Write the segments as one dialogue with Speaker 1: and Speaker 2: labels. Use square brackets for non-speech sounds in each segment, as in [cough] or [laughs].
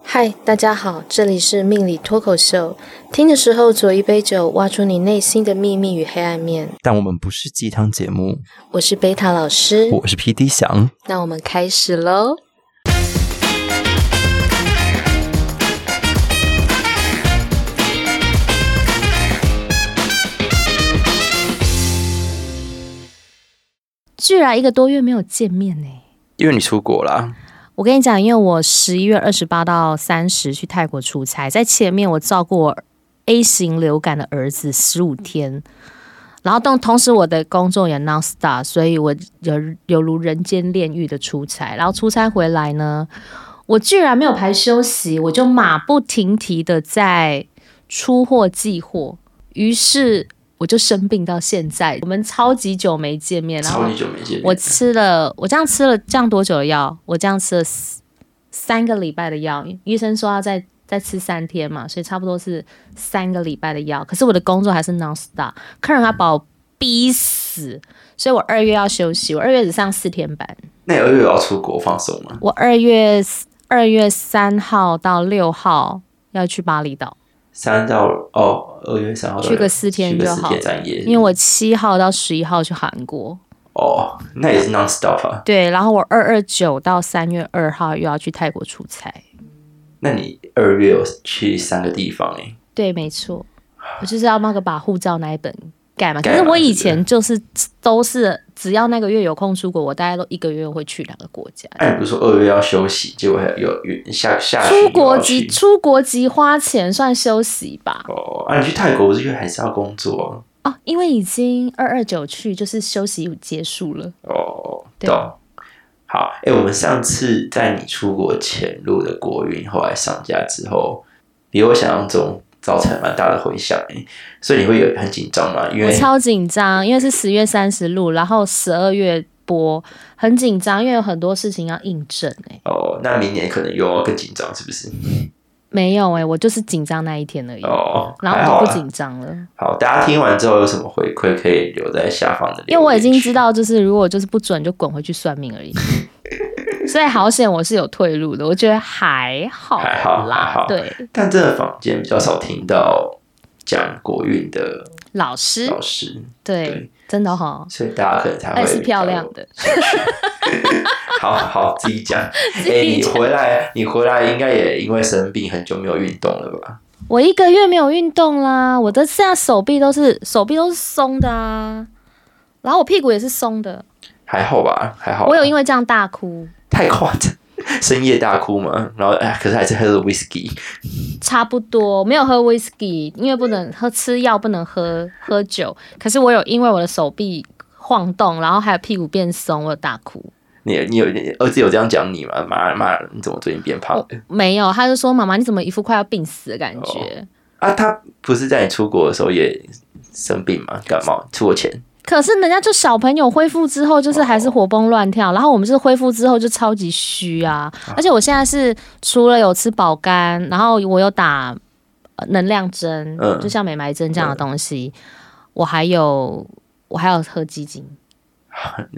Speaker 1: 嗨，大家好，这里是命理脱口秀。听的时候，左一杯酒，挖出你内心的秘密与黑暗面。
Speaker 2: 但我们不是鸡汤节目，
Speaker 1: 我是贝塔老师，
Speaker 2: 我是 P D 翔。
Speaker 1: 那我们开始喽。
Speaker 3: 居然一个多月没有见面呢、
Speaker 2: 因为你出国啦，
Speaker 3: 我跟你讲，因为我十一月二十八到三十去泰国出差，在前面我照顾我 A 型流感的儿子十五天，然后同同时我的工作也 non star，所以我有有如人间炼狱的出差，然后出差回来呢，我居然没有排休息，我就马不停蹄的在出货寄货，于是我就生病到现在，我们超级久没见面，然后
Speaker 2: 超级久没见面。
Speaker 3: 我吃了，我这样吃了这样多久的药？我这样吃了四三个礼拜的药，医生说要再再吃三天嘛，所以差不多是三个礼拜的药。可是我的工作还是 non stop，客人他把我逼死，所以我二月要休息，我二月只上四天班，
Speaker 2: 那你二月有要出国放松吗？
Speaker 3: 我二月二月三号到六号要去巴厘岛，
Speaker 2: 三到哦，二月三号到
Speaker 3: 去个四天
Speaker 2: 去个
Speaker 3: 就
Speaker 2: 四
Speaker 3: 好
Speaker 2: 天三夜。
Speaker 3: 因为我七号到十一号去韩国，
Speaker 2: 哦，那也是 non stop 啊。
Speaker 3: 对，然后我二二九到三月二号又要去泰国出差。
Speaker 2: 那你二月有去三个地方欸诶、
Speaker 3: 对，没错，我就是要那个把护照那一本盖嘛。可
Speaker 2: 盖
Speaker 3: 是
Speaker 2: 嘛
Speaker 3: 我以
Speaker 2: 是不是
Speaker 3: 前就是都是只要那个月有空出国，我大概都一个月会去两个国家。
Speaker 2: 啊那你不是说二月要休息，结果还有有下下去
Speaker 3: 出
Speaker 2: 又
Speaker 3: 国
Speaker 2: 要
Speaker 3: 及
Speaker 2: 去
Speaker 3: 出国及花钱算休息吧？
Speaker 2: 哦，啊，你去泰国不是因为还是要工作
Speaker 3: 哦，因为已经二二九去，就是休息结束了。
Speaker 2: 啊哦，
Speaker 3: 对
Speaker 2: 懂。好，哎、我们上次在你出国前录的国运，后来上架之后，比我想象中造成蛮大的回响、哎，所以你会有很紧张吗？因
Speaker 3: 我
Speaker 2: 为
Speaker 3: 超紧张，因为是十月三十录，然后十二月播，很紧张，因为有很多事情要印证、欸。
Speaker 2: 哦，那明年可能又要更紧张，是不是？
Speaker 3: 嗯没有哎、我就是紧张那一天而已，
Speaker 2: 哦，
Speaker 3: 然后
Speaker 2: 还好
Speaker 3: 我就
Speaker 2: 啦
Speaker 3: 不紧张了。
Speaker 2: 好，大家听完之后有什么回馈可以留在下方的留言区，
Speaker 3: 因为我已经知道，就是如果就是不准，就滚回去算命而
Speaker 2: [laughs]
Speaker 3: 已。所以好险，我是有退路的，我觉得还好啦。
Speaker 2: 还好还好
Speaker 3: 对，
Speaker 2: 但这个坊间比较少听到讲国运的
Speaker 3: 老师，
Speaker 2: 老师，
Speaker 3: 对，
Speaker 2: 对
Speaker 3: 真的哈、
Speaker 2: 所以大家可能才会
Speaker 3: 爱是漂亮的。
Speaker 2: 好好自己讲，哎、
Speaker 3: [laughs] 自己
Speaker 2: 你
Speaker 3: 讲
Speaker 2: 回来，你回来应该也因为生病很久没有运动了吧？
Speaker 3: 我一个月没有运动啦，我的现在手臂都是手臂都是松的啊，然后我屁股也是松的，
Speaker 2: 还好吧，还好吧。
Speaker 3: 我有因为这样大哭，
Speaker 2: 太夸张，深夜大哭嘛，然后哎，可是还是喝了 whisky。
Speaker 3: 差不多没有喝 whisky，因为不能喝吃药不能喝喝酒，可是我有因为我的手臂晃动，然后还有屁股变松，我有大哭。
Speaker 2: 你你有你儿子有这样讲你吗？妈妈，你怎么最近变胖
Speaker 3: 哦
Speaker 2: 了？
Speaker 3: 没有，他就说：“妈妈，你怎么一副快要病死的感觉
Speaker 2: 啊，他不是在你出国的时候也生病吗？感冒，出国前。？”
Speaker 3: 可是人家就小朋友恢复之后，就是还是活蹦乱跳，然后我们是恢复之后就超级虚啊！而且我现在是除了有吃保肝，然后我有打呃能量针，
Speaker 2: 嗯
Speaker 3: 就像美白针这样的东西，我还有我还有喝鸡精，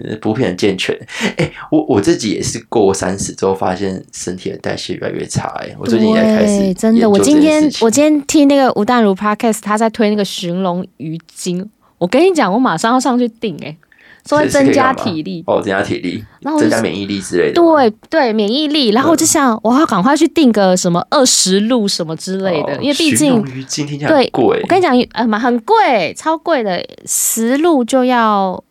Speaker 2: 呃补品很健全。哎、我我自己也是过三十之后，发现身体的代谢越来越差、哎，我最近也在开始
Speaker 3: 对真的，
Speaker 2: 研
Speaker 3: 我
Speaker 2: 究这
Speaker 3: 今
Speaker 2: 件
Speaker 3: 天
Speaker 2: 事情
Speaker 3: 我今天听那个吴淡如 podcast，他在推那个寻龙鱼精，我跟你讲，我马上要上去订哎、欸说会
Speaker 2: 是是可以
Speaker 3: 增加
Speaker 2: 干嘛
Speaker 3: 体力。
Speaker 2: 哦，增加体力
Speaker 3: 然后，我就
Speaker 2: 增加免疫力之类的。
Speaker 3: 对对，免疫力。然后我就想，我要赶快去订个什么二十路什么之类的，
Speaker 2: 哦
Speaker 3: 因为毕
Speaker 2: 寻
Speaker 3: 竟
Speaker 2: 龙鱼精听起来很贵
Speaker 3: 我，跟你讲，呃，蛮很贵，超贵的，十路就要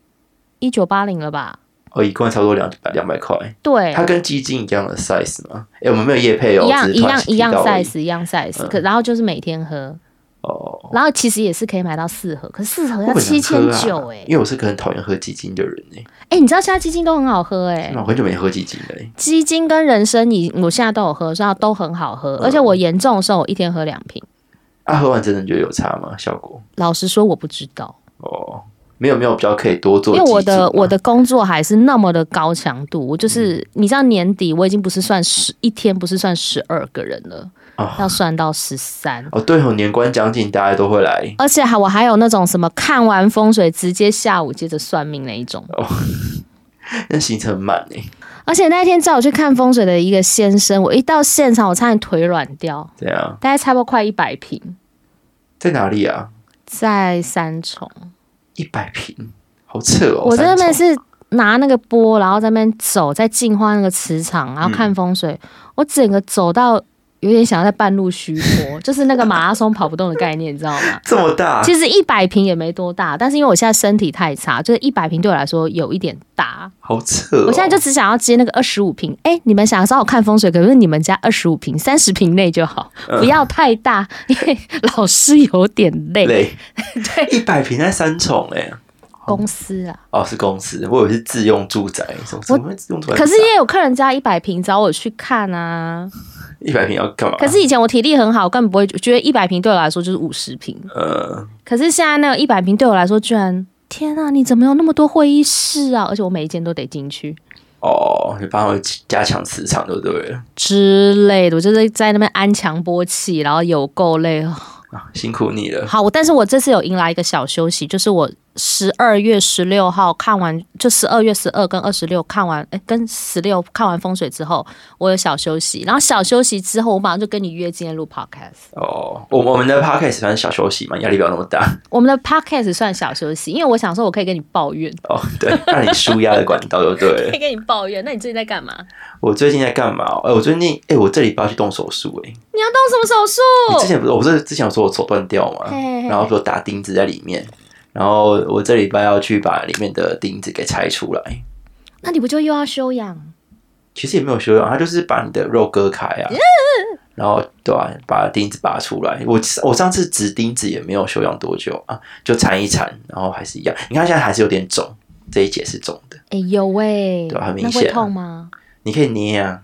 Speaker 3: 一九八零了吧？
Speaker 2: 哦，一罐差不多两百两百块，
Speaker 3: 对
Speaker 2: 它，跟鸡精一样的 size 吗？哎、我们没有叶配哦，
Speaker 3: 一样
Speaker 2: 只是
Speaker 3: 一
Speaker 2: 突然
Speaker 3: 样一样
Speaker 2: 提到而已
Speaker 3: size 一样 size，
Speaker 2: 嗯
Speaker 3: 可然后就是每天喝，
Speaker 2: 哦。
Speaker 3: 然后其实也是可以买到四盒，可是四盒
Speaker 2: 我
Speaker 3: 要
Speaker 2: 很
Speaker 3: 七
Speaker 2: 想
Speaker 3: 千
Speaker 2: 喝啊
Speaker 3: 九哎
Speaker 2: 因为我是个很讨厌喝鸡精的人哎、
Speaker 3: 哎，你知道现在鸡精都很好喝哎、
Speaker 2: 那我很久没喝鸡精了、哎
Speaker 3: 鸡精跟人参你我现在都有喝，所以都很好喝，
Speaker 2: 嗯
Speaker 3: 而且我严重的时候我一天喝两瓶，
Speaker 2: 啊，喝完真的觉得有差吗？效果
Speaker 3: 老实说我不知道。
Speaker 2: 哦，没有没有，比较可以多做
Speaker 3: 因
Speaker 2: 几
Speaker 3: 为
Speaker 2: 组嘛。
Speaker 3: 我的我的工作还是那么的高强度，我就是、
Speaker 2: 嗯
Speaker 3: 你知道年底我已经不是算十一天，不是算十二个人了，
Speaker 2: 啊
Speaker 3: 要算到十三。
Speaker 2: 哦，对哦，年关将近，大家都会来
Speaker 3: 而且还我还有那种什么看完风水直接下午接着算命那一种，
Speaker 2: 哦。那行程很慢哎、
Speaker 3: 而且那一天叫我去看风水的一个先生，我一到现场，我差点腿软掉。
Speaker 2: 对啊，
Speaker 3: 大概差不多快一百平，
Speaker 2: 在哪里啊？
Speaker 3: 在三重，
Speaker 2: 一百平，好扯哦！
Speaker 3: 我在那
Speaker 2: 三
Speaker 3: 边
Speaker 2: 重
Speaker 3: 是拿那个波，然后在那边走，在净化那个磁场，然
Speaker 2: 嗯
Speaker 3: 后看风水。我整个走到有点想要在半路虚脱，就是那个马拉松跑不动的概念，你知道吗？
Speaker 2: 这么大，
Speaker 3: 其实一百平也没多大，但是因为我现在身体太差，就是一百平对我来说有一点大。
Speaker 2: 好扯、哦！
Speaker 3: 我现在就只想要接那个二十五平。哎、你们想找我看风水，可是你们家二十五平、三十平内就好，
Speaker 2: 嗯
Speaker 3: 不要太大，因为老师有点累。
Speaker 2: [laughs] 累，
Speaker 3: 对，
Speaker 2: 一百平在三重哎、
Speaker 3: 公司啊，
Speaker 2: 哦是公司，我以为是自用住宅，什么怎么会自用住宅？
Speaker 3: 可是也有客人家一百平找我去看啊。
Speaker 2: 一百平要干嘛？
Speaker 3: 可是以前我体力很好，我根本不会觉得一百平对我来说就是五十平。
Speaker 2: 呃，
Speaker 3: 可是现在那个一百平对我来说，居然天啊，你怎么有那么多会议室啊？而且我每一间都得进去
Speaker 2: 哦，你帮我加强磁场就对了，
Speaker 3: 之类的，我就是在那边安强波气，然后有够累哦。
Speaker 2: 啊辛苦你了。
Speaker 3: 好，我但是我这次有迎来一个小休息，就是我十二月十六号看完，就十二月十二跟二十六看完，哎，跟十六看完风水之后，我有小休息，然后小休息之后，我马上就跟你约今天录 podcast。
Speaker 2: 哦，我我们的 podcast 算是小休息嘛，压力不要那么大。
Speaker 3: 我们的 podcast 算小休息，因为我想说我可以跟你抱怨，
Speaker 2: 哦，对，
Speaker 3: [laughs]
Speaker 2: 让你舒压的管道就对
Speaker 3: 可
Speaker 2: 了
Speaker 3: 以。跟你抱怨。那你最近在干嘛？
Speaker 2: 我最近在干嘛？哎、我最近哎、我这礼拜要去动手术哎、
Speaker 3: 你要动什么手术？
Speaker 2: 你之前不是我不是之前有说我手断掉嘛
Speaker 3: 哦嘿嘿，嘿
Speaker 2: 然后说打钉子在里面，然后我这礼拜要去把里面的钉子给拆出来。
Speaker 3: 那你不就又要休养？
Speaker 2: 其实也没有修养，它就是把你的肉割开啊，然后对啊，把钉子拔出来。我我上次植钉子也没有修养多久啊，就缠一缠，然后还是一样。你看现在还是有点肿，这一节是肿的。
Speaker 3: 哎呦喂，
Speaker 2: 对啊很明
Speaker 3: 那
Speaker 2: 显啊
Speaker 3: 会痛吗？
Speaker 2: 你可以捏啊，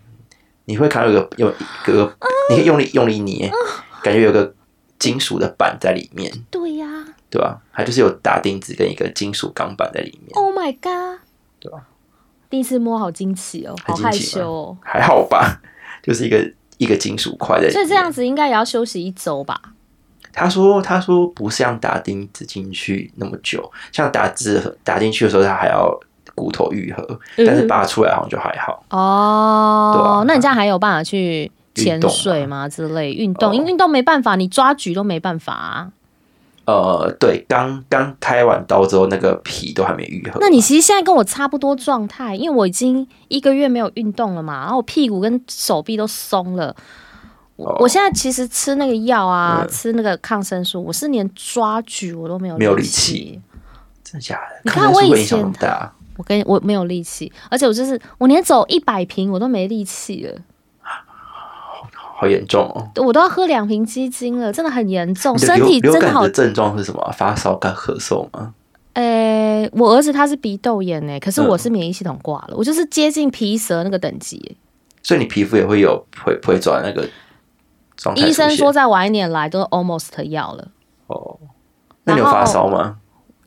Speaker 2: 你会看到有个有有个，你可以用力用力
Speaker 3: 啊
Speaker 2: 捏，感觉有个金属的板在里面，
Speaker 3: 对呀、
Speaker 2: 对吧、它就是有打钉子跟一个金属钢板在里面，
Speaker 3: o h Oh my god！
Speaker 2: 对啊
Speaker 3: 第一次摸好惊奇哦，好
Speaker 2: 很
Speaker 3: 害
Speaker 2: 惊奇啊
Speaker 3: 羞
Speaker 2: 吗
Speaker 3: 哦。
Speaker 2: 还好吧？ [laughs] 就是一个一个金属块在里面。
Speaker 3: 所以这样子应该也要休息一周吧？
Speaker 2: 他说：“他说不像打钉子进去那么久，像打字打进去的时候，它还要骨头愈合，
Speaker 3: 嗯
Speaker 2: 但是拔出来好像就还好。
Speaker 3: 哦，
Speaker 2: 对啊
Speaker 3: 那你这样还有办法去潜水吗？之类运
Speaker 2: 哦
Speaker 3: 动，因为运动没办法，你抓举都没办法、啊。
Speaker 2: 呃，对，刚刚开完刀之后，那个皮都还没愈合。
Speaker 3: 那你其实现在跟我差不多状态，因为我已经一个月没有运动了嘛，然后我屁股跟手臂都松了。我
Speaker 2: 哦
Speaker 3: 我现在其实吃那个药啊，
Speaker 2: 嗯
Speaker 3: 吃那个抗生素，我是连抓举我都没有
Speaker 2: 没有
Speaker 3: 力
Speaker 2: 力气。真的假的？
Speaker 3: 你看
Speaker 2: 抗生素
Speaker 3: 我以
Speaker 2: 会影响那么
Speaker 3: 前
Speaker 2: 大
Speaker 3: 我跟我没有力气，而且我就是我连走一百瓶我都没力气了。
Speaker 2: 好严重哦。
Speaker 3: 我都要喝两瓶鸡精了，真的很严重，
Speaker 2: 你的
Speaker 3: 哦身
Speaker 2: 流
Speaker 3: 体真的
Speaker 2: 流感
Speaker 3: 好
Speaker 2: 的。症状是什么啊？发烧、干咳嗽吗？
Speaker 3: 诶、我儿子他是鼻窦炎诶，可是
Speaker 2: 嗯
Speaker 3: 我是免疫系统挂了，我就是接近皮蛇那个等级。欸
Speaker 2: 所以你皮肤也会有会会转那个状态出现。
Speaker 3: 医生说再晚一点来都 almost 要了。
Speaker 2: 哦，那你有发烧吗？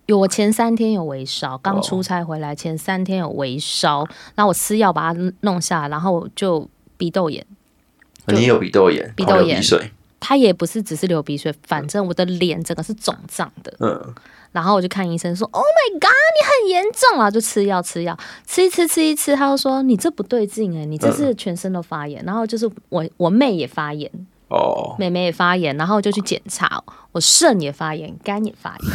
Speaker 3: 有，我前三天有微烧，刚
Speaker 2: 哦
Speaker 3: 出差回来前三天有微烧，然后我吃药把它弄下来，然后我就鼻窦炎。就
Speaker 2: 你也有鼻窦炎，
Speaker 3: 鼻
Speaker 2: 然后
Speaker 3: 窦
Speaker 2: 流
Speaker 3: 炎
Speaker 2: 鼻水，
Speaker 3: 他也不是只是流鼻水，反正我的脸整个是肿胀的。
Speaker 2: 嗯，
Speaker 3: 然后我就看医生说：“Oh my god，你很严重啊！”就吃药吃药吃一吃吃一吃，他就说：“你这不对劲哎、你这是全身都发炎。然后就是我我妹也发炎，
Speaker 2: 哦， [laughs]
Speaker 3: 妹妹也发炎，然后就去检查，我肾也发炎，肝也发炎，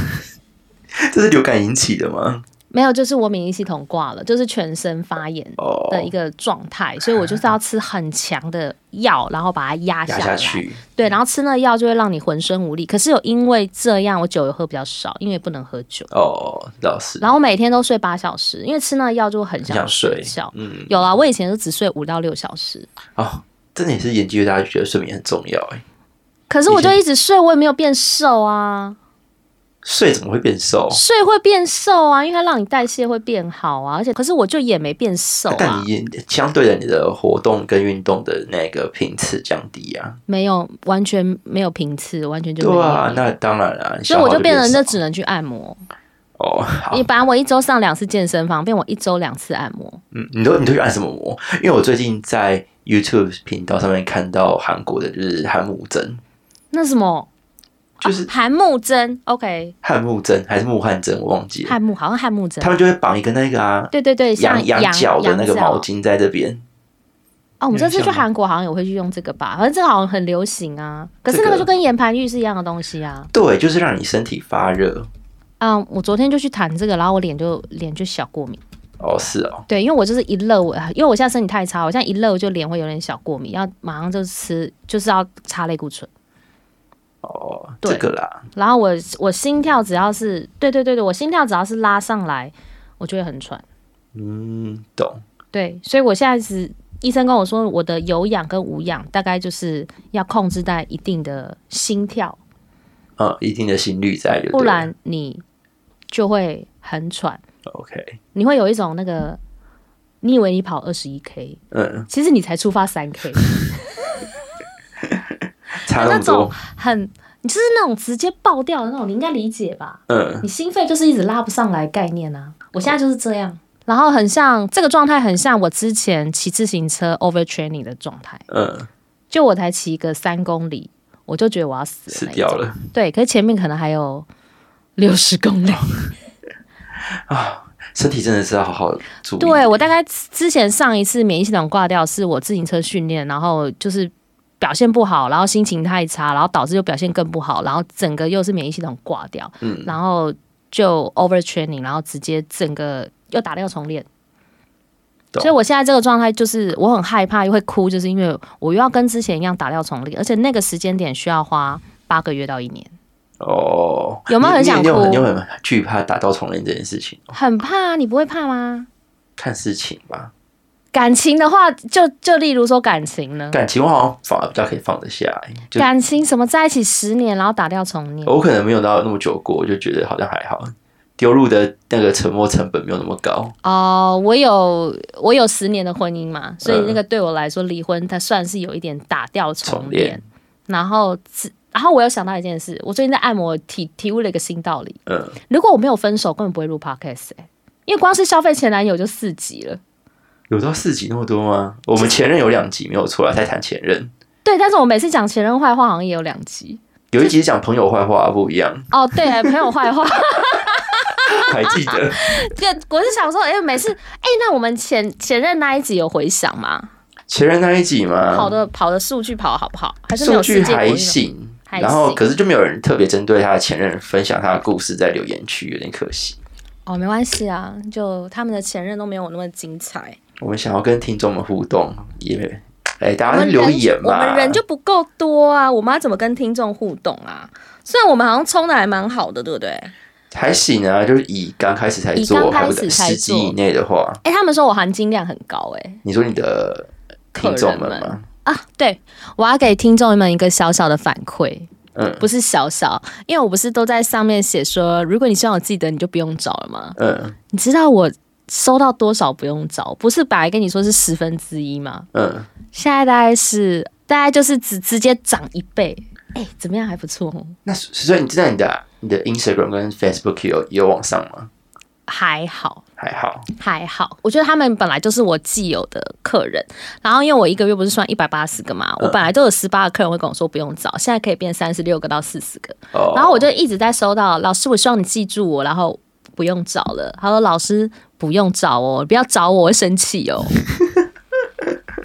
Speaker 2: 这是流感引起的吗？
Speaker 3: 没有，就是我免疫系统挂了，就是全身发炎
Speaker 2: 哦，
Speaker 3: 的一个状态，所以我就是要吃很强的药，然后把它压下
Speaker 2: 压
Speaker 3: 来。
Speaker 2: 下去，
Speaker 3: 对，然后吃那药就会让你浑身无力。可是有因为这样，我酒也喝比较少，因为不能喝酒。
Speaker 2: 哦，老师，
Speaker 3: 然后每天都睡八小时，因为吃那个药就很
Speaker 2: 想
Speaker 3: 想
Speaker 2: 睡
Speaker 3: 睡觉。，
Speaker 2: 嗯，
Speaker 3: 有啦，我以前就只睡五到六小时，
Speaker 2: 哦，真的也是研究大家觉得睡眠很重要哎，
Speaker 3: 可是我就一直睡，我也没有变瘦啊。
Speaker 2: 睡怎么会变瘦？
Speaker 3: 睡会变瘦啊，因为它让你代谢会变好啊。而且，可是我就也没变瘦
Speaker 2: 但
Speaker 3: 啊，
Speaker 2: 你相对的，你的活动跟运动的那个频次降低啊，
Speaker 3: 没有完全没有频次，完全就没
Speaker 2: 对
Speaker 3: 有。
Speaker 2: 啊，那当然啦，
Speaker 3: 所以我
Speaker 2: 消耗
Speaker 3: 就
Speaker 2: 就
Speaker 3: 变成
Speaker 2: 少
Speaker 3: 就只能去按摩。
Speaker 2: 哦，好
Speaker 3: 你，本来我一周上两次健身房，变我一周两次按摩。
Speaker 2: 嗯，你都你都去按什么摩？因为我最近在 YouTube 频道上面看到韩国的，就是韩姆针，
Speaker 3: 那什么啊
Speaker 2: 就是
Speaker 3: 韩木针，OK，
Speaker 2: 汉木针还是木汉针，我忘记了。
Speaker 3: 汉木好像汉木针
Speaker 2: 他，们就会绑一个那个啊，
Speaker 3: 对对对，像
Speaker 2: 羊
Speaker 3: 羊
Speaker 2: 角的那个
Speaker 3: 羊角
Speaker 2: 毛巾在这边。
Speaker 3: 哦，我们这次
Speaker 2: 有
Speaker 3: 去
Speaker 2: 点像吗
Speaker 3: 韩国好像也会去用这个吧，反正这个好像很流行啊。可是
Speaker 2: 这
Speaker 3: 那
Speaker 2: 个
Speaker 3: 个就跟岩盘浴是一样的东西啊。
Speaker 2: 对，就是让你身体发热。
Speaker 3: 嗯，我昨天就去弹这个，然后我脸就脸就小过敏。
Speaker 2: 哦，是哦，
Speaker 3: 对，因为我就是一热，我因为我现在身体太差，我现在一热我就脸会有点小过敏，要马上就吃，就是要擦类固醇。
Speaker 2: 哦，
Speaker 3: 对
Speaker 2: 这个啦，
Speaker 3: 然后我我心跳只要是对对对对，我心跳只要是拉上来，我就会很喘。
Speaker 2: 嗯，懂。
Speaker 3: 对，所以我现在是医生跟我说，我的有氧跟无氧大概就是要控制在一定的心跳，
Speaker 2: 嗯，一定的心率在就对了，啊
Speaker 3: 不然你就会很喘，
Speaker 2: OK，
Speaker 3: 你会有一种那个，你以为你跑二十一 K，
Speaker 2: 嗯，
Speaker 3: 其实你才出发三 K，
Speaker 2: 差那
Speaker 3: 那
Speaker 2: 么
Speaker 3: 种
Speaker 2: 多，
Speaker 3: 很。你就是那种直接爆掉的那种，你应该理解吧？
Speaker 2: 嗯，
Speaker 3: 你心肺就是一直拉不上来概念啊。我现在就是这样，然后很像这个状态，很像我之前骑自行车 overtraining 的状态。
Speaker 2: 嗯，
Speaker 3: 就我才骑个三公里，我就觉得我要死
Speaker 2: 死
Speaker 3: 那一
Speaker 2: 掉
Speaker 3: 种。
Speaker 2: 了
Speaker 3: 对，可是前面可能还有六十公里。
Speaker 2: 啊！身体真的是要好好注意。
Speaker 3: 对我大概之前上一次免疫系统挂掉，是我自行车训练，然后就是表现不好，然后心情太差，然后导致又表现更不好，然后整个又是免疫系统挂掉，
Speaker 2: 嗯
Speaker 3: 然后就 overtraining，然后直接整个又打掉重练。
Speaker 2: 懂
Speaker 3: 所以我现在这个状态就是我很害怕，又会哭，就是因为我又要跟之前一样打掉重练，而且那个时间点需要花八个月到一年。
Speaker 2: 哦，
Speaker 3: 有没有
Speaker 2: 你
Speaker 3: 很想
Speaker 2: 你有
Speaker 3: 哭
Speaker 2: 你有很惧怕打到重练这件事情？
Speaker 3: 很怕，啊你不会怕吗？
Speaker 2: 看事情吧，
Speaker 3: 感情的话，就就例如说感情呢，
Speaker 2: 感情我好像反而比较可以放得下来。就哦
Speaker 3: 感情什么在一起十年，然后打掉重念，
Speaker 2: 我可能没有到那么久过，我就觉得好像还好。丢入的那个沉没成本没有那么高，
Speaker 3: 哦、我有我有十年的婚姻嘛，
Speaker 2: 嗯
Speaker 3: 所以那个对我来说，离婚它算是有一点打掉重
Speaker 2: 重
Speaker 3: 练
Speaker 2: 练。
Speaker 3: 然后自，然后我又想到一件事，我最近在按摩体体悟了一个新道理：
Speaker 2: 嗯，
Speaker 3: 如果我没有分手，根本不会录 podcast，、欸、因为光是消费前男友就四集了。
Speaker 2: 有到四集那么多吗？我们前任有两集没有错啦，才谈
Speaker 3: [laughs]
Speaker 2: 前任，
Speaker 3: 对，但是我每次讲前任坏话，好像也有两集。
Speaker 2: 有一集是讲朋友坏话啊不一样，
Speaker 3: 哦，对，朋友坏
Speaker 2: [laughs]
Speaker 3: 话。
Speaker 2: 还记
Speaker 3: [laughs]
Speaker 2: 得？
Speaker 3: 对，我是想说，哎、每次，哎、那我们前前任那一集有回想吗？
Speaker 2: 前任那一集吗？
Speaker 3: 跑的跑的数据跑好不好？还是没
Speaker 2: 嗯数
Speaker 3: 有世
Speaker 2: 据
Speaker 3: 界国
Speaker 2: 还
Speaker 3: 运动？
Speaker 2: 行，
Speaker 3: 还
Speaker 2: 然后
Speaker 3: 行
Speaker 2: 可是就没有人特别针对他的前任分享他的故事在留言区，有点可惜。
Speaker 3: 哦，没关系啊，就他们的前任都没有我那么精彩。
Speaker 2: 我们想要跟听众们互动，也哎、大
Speaker 3: 我
Speaker 2: 家
Speaker 3: 们
Speaker 2: 留言
Speaker 3: 人
Speaker 2: 嘛，
Speaker 3: 我们人就不够多啊，我们要怎么跟听众互动啊？虽然我们好像冲的还蛮好的，对不对？
Speaker 2: 还行啊，就是以刚开始才
Speaker 3: 以
Speaker 2: 做，
Speaker 3: 刚开
Speaker 2: 还不
Speaker 3: 始
Speaker 2: 得
Speaker 3: 才
Speaker 2: 十集
Speaker 3: 做
Speaker 2: 以内的话，
Speaker 3: 哎、他们说我含金量很高、哎。
Speaker 2: 你说你的听众
Speaker 3: 客人们
Speaker 2: 吗？
Speaker 3: 啊，对，我要给听众们一个小小的反馈，
Speaker 2: 嗯
Speaker 3: 不是小小，因为我不是都在上面写说，如果你希望我记得，你就不用找了吗？
Speaker 2: 嗯
Speaker 3: 你知道我收到多少不用找？不是本来跟你说是十分之一吗？
Speaker 2: 嗯，
Speaker 3: 现在大概是大概就是直直接涨一倍。哎、怎么样？还不错哦，
Speaker 2: 那所所以你知道你的你的 Instagram 跟 Facebook 有有往上吗？
Speaker 3: 还好。
Speaker 2: 还好，
Speaker 3: 还好，我觉得他们本来就是我既有的客人，然后因为我一个月不是算一百八十个嘛，我本来都有十八个客人会跟我说不用找，现在可以变三十六个到四十个，
Speaker 2: 哦，
Speaker 3: 然后我就一直在收到老师，我希望你记住我，然后不用找了。他说老师不用找哦，不要找我，我会生气 [laughs] 哦。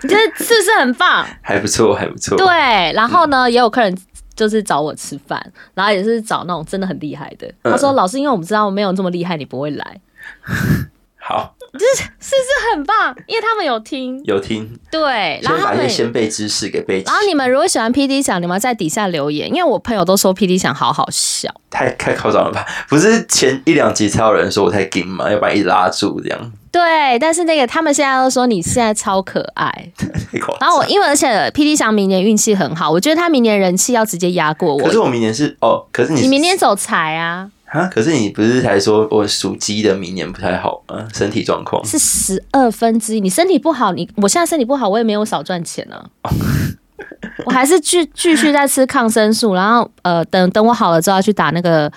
Speaker 3: 你觉得是不是很棒？
Speaker 2: 还不错，还不 [laughs] 错，
Speaker 3: 对，，然后呢，也有客人就是找我吃饭，然后也是找那种真的很厉害的。
Speaker 2: 嗯
Speaker 3: 他说老师，因为我们知道没有这么厉害，你不会 [laughs] 来，
Speaker 2: 好，
Speaker 3: 这很棒，因为他们有听。
Speaker 2: 有听，
Speaker 3: 对，然
Speaker 2: 先
Speaker 3: 后他
Speaker 2: 把一
Speaker 3: 们
Speaker 2: 些。先辈知识给背起
Speaker 3: 然，后你们如果喜欢 P D 响，你们在底下留言，因为我朋友都说 P D 响好好笑。
Speaker 2: 太太夸张了吧？不是前一两集才有人说我太 gay 嘛，要不然一拉住这样，
Speaker 3: 对，但是那个他们现在都说你现在超可
Speaker 2: [laughs]
Speaker 3: 爱，
Speaker 2: 太夸张。
Speaker 3: 然后我因为而且 P D 翔明年运气很好，我觉得他明年人气要直接压过
Speaker 2: 可是
Speaker 3: 我。
Speaker 2: 我明年是哦，可是你
Speaker 3: 你明年走财啊，
Speaker 2: 啊？可是你不是才说我属鸡的明年不太好吗？身体状况
Speaker 3: 是十二分之一。你身体不好，你我现在身体不好，我也没有少赚钱
Speaker 2: [laughs]
Speaker 3: 啊。我还是继继续在吃抗生素，然后呃，等等我好了之后要去打那个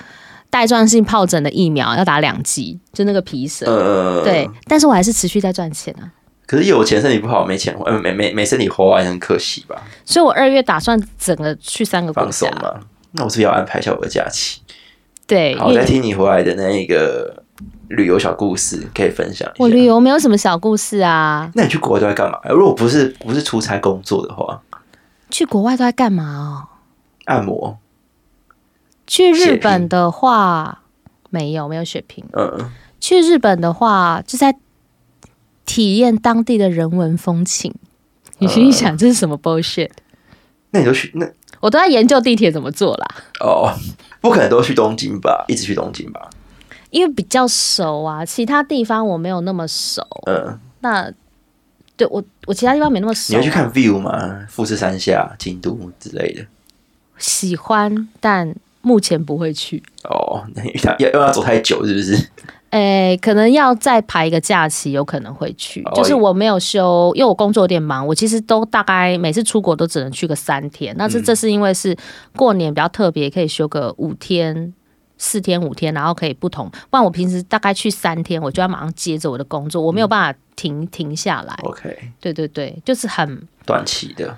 Speaker 3: 带状性疱疹的疫苗，要打两剂，就那个皮疹。
Speaker 2: 呃，
Speaker 3: 对，但是我还是持续在赚钱啊，
Speaker 2: 可是有钱身体不好，没钱呃没没没身体花也很可惜吧？
Speaker 3: 所以我二月打算整个去三个国
Speaker 2: 放
Speaker 3: 家
Speaker 2: 松。嘛，那我是不是要安排一下我的假期？
Speaker 3: 对，
Speaker 2: 好，
Speaker 3: 因
Speaker 2: 我
Speaker 3: 为
Speaker 2: 再听你回来的那一个旅游小故事，可以分享一下。
Speaker 3: 我旅游没有什么小故事啊，
Speaker 2: 那你去国外都在干嘛？如果不是不是出差工作的话，
Speaker 3: 去国外都在干嘛哦？
Speaker 2: 按摩，
Speaker 3: 去日
Speaker 2: 血拼
Speaker 3: 本的话，没有没有血拼。
Speaker 2: 嗯，
Speaker 3: 去日本的话，就在体验当地的人文风情。你心里想这是什么 bullshit？
Speaker 2: 那你都去那
Speaker 3: 我都在研究地铁怎么做啦，
Speaker 2: 哦，不可能都去东京吧？一直去东京吧？
Speaker 3: 因为比较熟啊，其他地方我没有那么熟。
Speaker 2: 嗯，
Speaker 3: 那对我，我其他地方没那么熟
Speaker 2: 你会。去看 view 吗？富士山下、京都之类的。
Speaker 3: 喜欢，但目前不会去。
Speaker 2: 哦，那你要要要走太久是
Speaker 3: [laughs]
Speaker 2: 不是？
Speaker 3: 诶，可能要再排一个假期，有可能会去。
Speaker 2: 哦
Speaker 3: 就是我没有休，因为我工作有点忙，我其实都大概每次出国都只能去个三天。那这
Speaker 2: 嗯
Speaker 3: 这是因为是过年比较特别，可以休个五天、四天、五天，然后可以不同。不然我平时大概去三天，我就要马上接着我的工作，我
Speaker 2: 嗯
Speaker 3: 没有办法停、停下来。
Speaker 2: OK，
Speaker 3: 对对对，就是很
Speaker 2: [laughs] 短期的，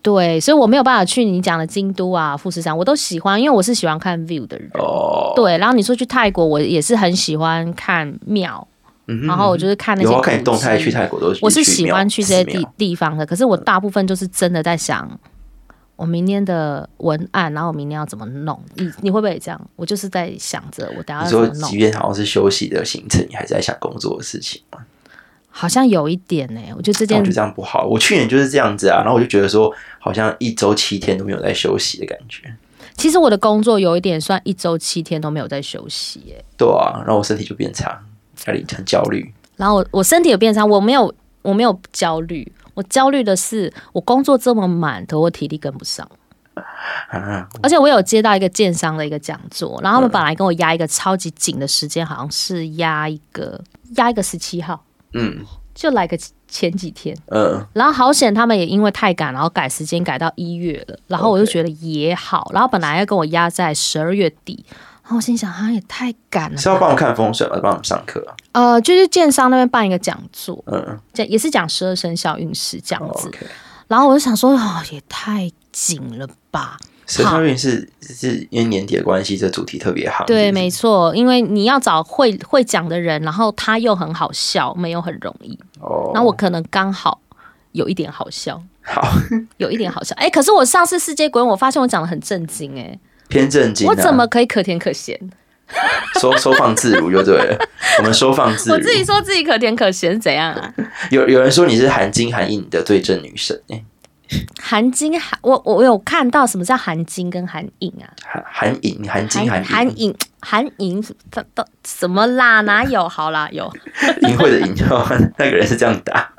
Speaker 3: 对，所以我没有办法去你讲的京都啊、富士山，我都喜欢，因为我是喜欢看 view 的人。
Speaker 2: 哦，
Speaker 3: 对，然后你说去泰国，我也是很喜欢看庙，
Speaker 2: 嗯哼
Speaker 3: 然后我就是看那些
Speaker 2: 有
Speaker 3: 古
Speaker 2: 啊，看你动态
Speaker 3: 迹
Speaker 2: 去泰国都
Speaker 3: 我是
Speaker 2: 去
Speaker 3: 喜
Speaker 2: 庙
Speaker 3: 欢去这些
Speaker 2: 寺
Speaker 3: 地
Speaker 2: 庙
Speaker 3: 地方的，可是
Speaker 2: 嗯
Speaker 3: 我大部分就是真的在想。我明天的文案，然后我明天要怎么弄？你你会不会也这样？我就是在想着我等下
Speaker 2: 你
Speaker 3: 要怎
Speaker 2: 说
Speaker 3: 啊么
Speaker 2: 即
Speaker 3: 弄，
Speaker 2: 便好像是休息的行程，你还是在想工作的事情嘛？
Speaker 3: 好像有一点呢、我觉得这
Speaker 2: 那我
Speaker 3: 件
Speaker 2: 觉得哦这样不好。我去年就是这样子啊，然后我就觉得说，好像一周七天都没有在休息的感觉。
Speaker 3: 其实我的工作有一点算一周七天都没有在休息、耶。
Speaker 2: 对啊，然后我身体就变差，家里很焦虑。
Speaker 3: 然后我我身体有变差，我没有我没有焦虑，我焦虑的是我工作这么满，可我体力跟不上。
Speaker 2: 啊，
Speaker 3: 而且我有接到一个建商的一个讲座，然后他们本来跟我压一个超级紧的时间，好像是压一个压一个十七号，
Speaker 2: 嗯
Speaker 3: 就来个前几天。
Speaker 2: 嗯，
Speaker 3: 然后好险，他们也因为太赶，然后改时间改到一月了。然后我就
Speaker 2: OK
Speaker 3: 觉得也好，然后本来要跟我压在十二月底，然后我心想啊，也太赶了
Speaker 2: 是要
Speaker 3: 吧。
Speaker 2: 帮我看风水吗？帮我们上课啊？
Speaker 3: 呃，就是建商那边办一个讲座，
Speaker 2: 嗯哦
Speaker 3: 讲也是讲十二生肖运势这样子。
Speaker 2: ，OK。
Speaker 3: 然后我就想说，哦，也太紧了吧。
Speaker 2: 十二运是是因为年底的关系，这主题特别好。
Speaker 3: 对，没
Speaker 2: 没
Speaker 3: 错，因为你要找会会讲的人，然后他又很好笑，没有很容易。
Speaker 2: 哦。
Speaker 3: 那我可能刚好有一点好笑，
Speaker 2: 好
Speaker 3: 有一点好笑。哎、可是我上次世界鬼，我发现我讲的很震惊、诶，
Speaker 2: 偏正经、
Speaker 3: 哎，
Speaker 2: 啊，
Speaker 3: 我怎么可以可甜可咸？ [laughs]
Speaker 2: 收收放自如就对了？我们收放自如。
Speaker 3: 我自己说自己可甜可咸是怎样啊？
Speaker 2: 有有人说你是含金含银的最正女神，哎、
Speaker 3: 含金含我我有看到什么叫含金跟含银啊？
Speaker 2: 含含银含金含
Speaker 3: 含
Speaker 2: 银，
Speaker 3: 银含银，这都什么啦？哪有？好啦，有。
Speaker 2: 淫秽的淫， [laughs] 那个人是这样打，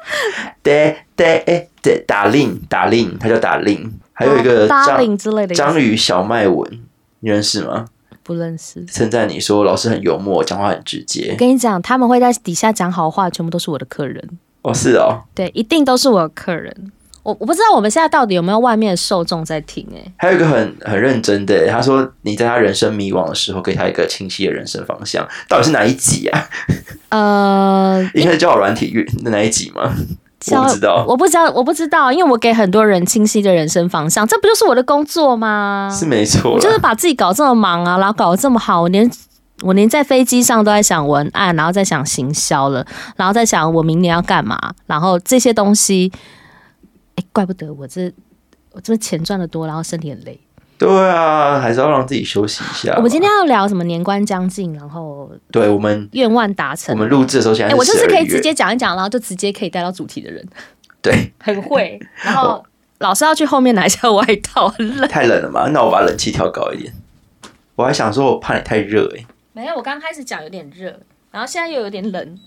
Speaker 2: 得得哎得打令打令，他叫打令， [laughs] 还有一个
Speaker 3: 搭领
Speaker 2: 张
Speaker 3: 之类哦的意思，
Speaker 2: 张宇小麦文，你认识吗？
Speaker 3: 不认识。
Speaker 2: 称赞你说老师很幽默，讲话很直
Speaker 3: 我
Speaker 2: 接。
Speaker 3: 跟你讲，他们会在底下讲好话，全部都是我的客人，
Speaker 2: 哦，是哦，
Speaker 3: 对，一定都是我的客人。我我不知道我们现在到底有没有外面的受众在听、欸，
Speaker 2: 还有一个很很认真的欸，他说你在他人生迷惘的时候，给他一个清晰的人生方向，到底是哪一集啊？ [laughs]
Speaker 3: 呃，
Speaker 2: 应该是叫我软体运的哪一集吗？
Speaker 3: 嗯
Speaker 2: 我不知道
Speaker 3: 我不知道，我不知道，因为我给很多人清晰的人生方向，这不就是我的工作吗？
Speaker 2: 是没错
Speaker 3: 我就是
Speaker 2: 啦，
Speaker 3: 把自己搞这么忙啊，然后搞得这么好，我连我连在飞机上都在想文案，然后在想行销了，然后在想我明年要干嘛，然后这些东西，哎，怪不得我这我这钱赚的多，然后身体很累。
Speaker 2: 对啊，还是要让自己休息一下吧。
Speaker 3: 我们今天要聊什么？年关将近，然后
Speaker 2: 对我们
Speaker 3: 愿望达
Speaker 2: 我
Speaker 3: 成。
Speaker 2: 们录制的时候现
Speaker 3: 哎、
Speaker 2: 在
Speaker 3: 我就是可
Speaker 2: 12
Speaker 3: 以
Speaker 2: 月
Speaker 3: 直接讲一讲，然后就直接可以带到主题的人，
Speaker 2: 对，
Speaker 3: [laughs] 很 [laughs] 会。然后老师要去后面拿一下外套，很冷。
Speaker 2: [laughs] 太冷了嘛，那我把冷气调高一点。我还想说，我怕你太热哎、
Speaker 3: [laughs] 没有，我刚开始讲有点热，然后现在又有点冷。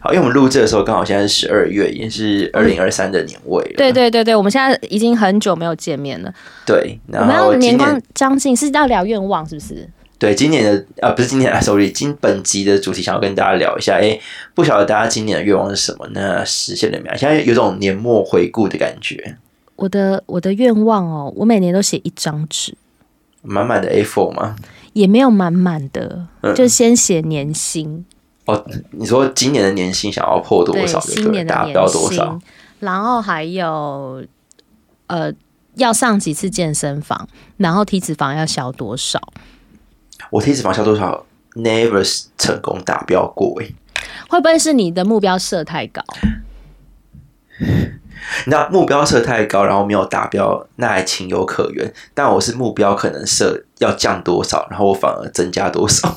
Speaker 2: 好，因为我们录制的时候刚好现在是十二月，也是二零二三的年尾了。
Speaker 3: 嗯对对对对，我们现在已经很久没有见面了。
Speaker 2: 对，
Speaker 3: 我
Speaker 2: 然
Speaker 3: 们要
Speaker 2: 后
Speaker 3: 年
Speaker 2: 今
Speaker 3: 关
Speaker 2: 年
Speaker 3: 将近，是要聊愿望，是不是？
Speaker 2: 对今年的啊不是今年啊，sorry，今 [laughs] 本集的主题想要跟大家聊一下，哎，不晓得大家今年的愿望是什么？那实现了没有？啊现在有种年末回顾的感觉，
Speaker 3: 我的我的愿望哦，我每年都写一张纸，
Speaker 2: 满满的 A4 吗？
Speaker 3: 也没有满满的，
Speaker 2: 嗯
Speaker 3: 就先写年薪，
Speaker 2: 哦，你说今年的年薪想要破多
Speaker 3: 对，
Speaker 2: 少就
Speaker 3: 新
Speaker 2: 对
Speaker 3: 年
Speaker 2: 了，
Speaker 3: 的
Speaker 2: 达
Speaker 3: 年
Speaker 2: 标多
Speaker 3: 薪
Speaker 2: 少？，
Speaker 3: 然后还有呃要上几次健身房，然后体脂肪要消多少？
Speaker 2: 我体脂肪消多少，never 成功达标过哎、
Speaker 3: 会不会是你的目标设太
Speaker 2: [laughs]
Speaker 3: 高？
Speaker 2: 你知道目标设太高，然后没有达标，那还情有可原。但我是目标可能设要降多少，然后我反而增加多少。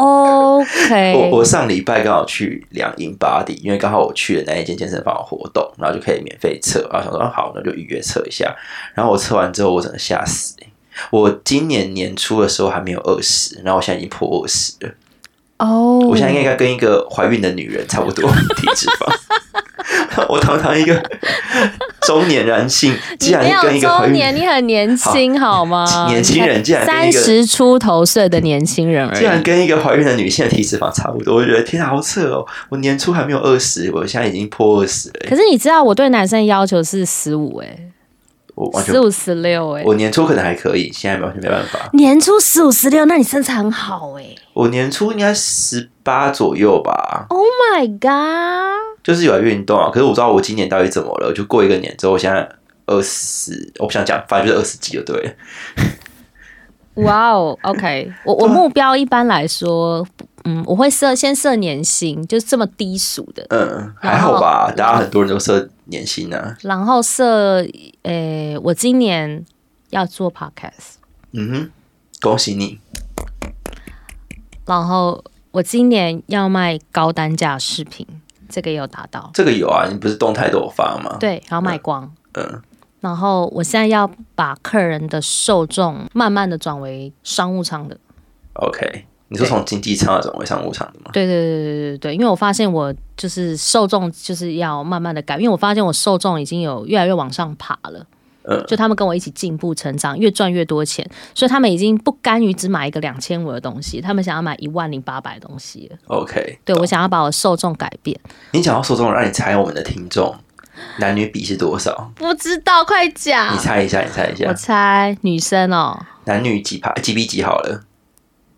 Speaker 3: OK，
Speaker 2: 我我上礼拜刚好去量 In Body，因为刚好我去的那一间健身房有活动，然后就可以免费测，然后想说啊好，那就预约测一下。然后我测完之后，我真的吓死、欸我今年年初的时候还没有二十，然后我现在已经破二十了。
Speaker 3: 哦，
Speaker 2: 我现在应该跟一个怀孕的女人差不多体脂肪。 [laughs] 我堂堂一个中年男性，
Speaker 3: 你
Speaker 2: 竟然
Speaker 3: 没有
Speaker 2: 跟一个怀
Speaker 3: 中
Speaker 2: 孕
Speaker 3: 年，你很年轻好吗？
Speaker 2: [laughs] 年轻人竟然跟
Speaker 3: 三
Speaker 2: 一个
Speaker 3: 十出头岁的年轻人而
Speaker 2: 竟然
Speaker 3: 已。
Speaker 2: 跟一个怀孕的女性的体脂肪差不多，我觉得天啊，好扯哦！我年初还没有二十，我现在已经破二十了、欸
Speaker 3: 可是你知道我对男生要求是十五哎，
Speaker 2: 我完全
Speaker 3: 十，五十六哎，
Speaker 2: 我年初可能还可以，现在完全没办法。
Speaker 3: 年初十五十六，那你身材很好哎、
Speaker 2: 我年初应该十八左右吧，
Speaker 3: Oh my god！
Speaker 2: 就是有在运动啊。可是我不知道我今年到底怎么了，就过一个年之后，我现在二十，我不想讲，反正就是二十几就对了。
Speaker 3: 哇哦，OK，我我目标一般来说，嗯，我会设先设年薪，就这么低俗的，
Speaker 2: 嗯，
Speaker 3: 然
Speaker 2: 还
Speaker 3: 后
Speaker 2: 好吧，大家很多人都设年薪啊。
Speaker 3: 然后设，诶、我今年要做 podcast，
Speaker 2: 嗯哼，恭喜你。
Speaker 3: 然后我今年要卖高单价饰品，这个也有达到，
Speaker 2: 这个有啊，你不是动态都有发吗？，
Speaker 3: 对，然后卖光。
Speaker 2: 嗯，
Speaker 3: 然后我现在要把客人的受众慢慢的转为商务舱的，
Speaker 2: OK，你说从经济舱啊那种为商务舱的吗？
Speaker 3: 对对对对对对，因为我发现我就是受众就是要慢慢的改，因为我发现我受众已经有越来越往上爬了，
Speaker 2: 嗯
Speaker 3: 就他们跟我一起进步成长，越赚越多钱，所以他们已经不甘于只买一个两千五的东西，他们想要买一万零八百的东西了。
Speaker 2: ，OK，
Speaker 3: 对我想要把我受众改变，
Speaker 2: 你想要受众，让你猜我们的听众男女比是多少？
Speaker 3: 不知道快讲
Speaker 2: 你，猜一下，啊你猜一
Speaker 3: 我
Speaker 2: 下，
Speaker 3: 猜女生哦，
Speaker 2: 男女几趴几比几好了？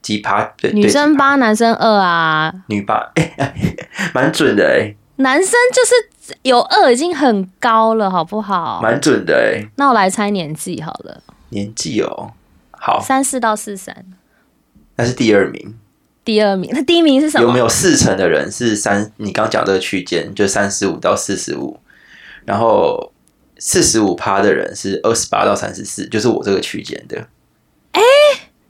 Speaker 2: 几趴？对，对
Speaker 3: 女生
Speaker 2: 几趴
Speaker 3: 八男生二啊，
Speaker 2: 女八， [laughs] 哎、蛮准的哎、
Speaker 3: 男生就是有二已经很高了，好不好？
Speaker 2: 蛮准的哎、
Speaker 3: 那我来猜年纪好了，
Speaker 2: 年纪哦，好，
Speaker 3: 三四到四三，
Speaker 2: 那是第二名。
Speaker 3: 第二名。那第一名是什么？
Speaker 2: 有没有四成的人是三？你刚讲这个区间就三十五到四十五，然后四十五趴的人是二十八到三十四，就是我这个区间的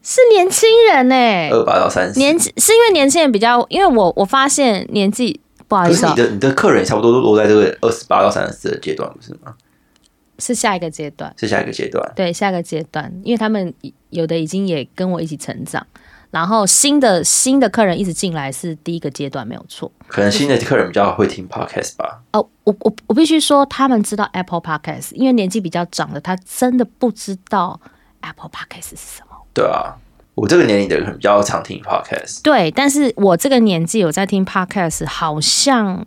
Speaker 3: 是年轻人哎、
Speaker 2: 二八到三十。
Speaker 3: 年轻是因为年轻人比较，因为我我发现年纪不好意
Speaker 2: 可
Speaker 3: 思、
Speaker 2: 是
Speaker 3: 哦
Speaker 2: 你的你的客人也差不多都落在这个二十八到三十四的阶段，不是吗？
Speaker 3: 是下一个阶段，
Speaker 2: 是下一个阶段。
Speaker 3: 对下一个阶段，因为他们有的已经也跟我一起成长，然后新的新的客人一直进来是第一个阶段没有错。
Speaker 2: 可能新的客人比较会听 podcast 吧。
Speaker 3: 哦，我我我必须说，他们知道 Apple Podcast，因为年纪比较长的，他真的不知道 Apple Podcast 是什么。
Speaker 2: 对啊，我这个年龄的人可能比较常听 podcast。
Speaker 3: 对，但是我这个年纪有在听 Podcast，好像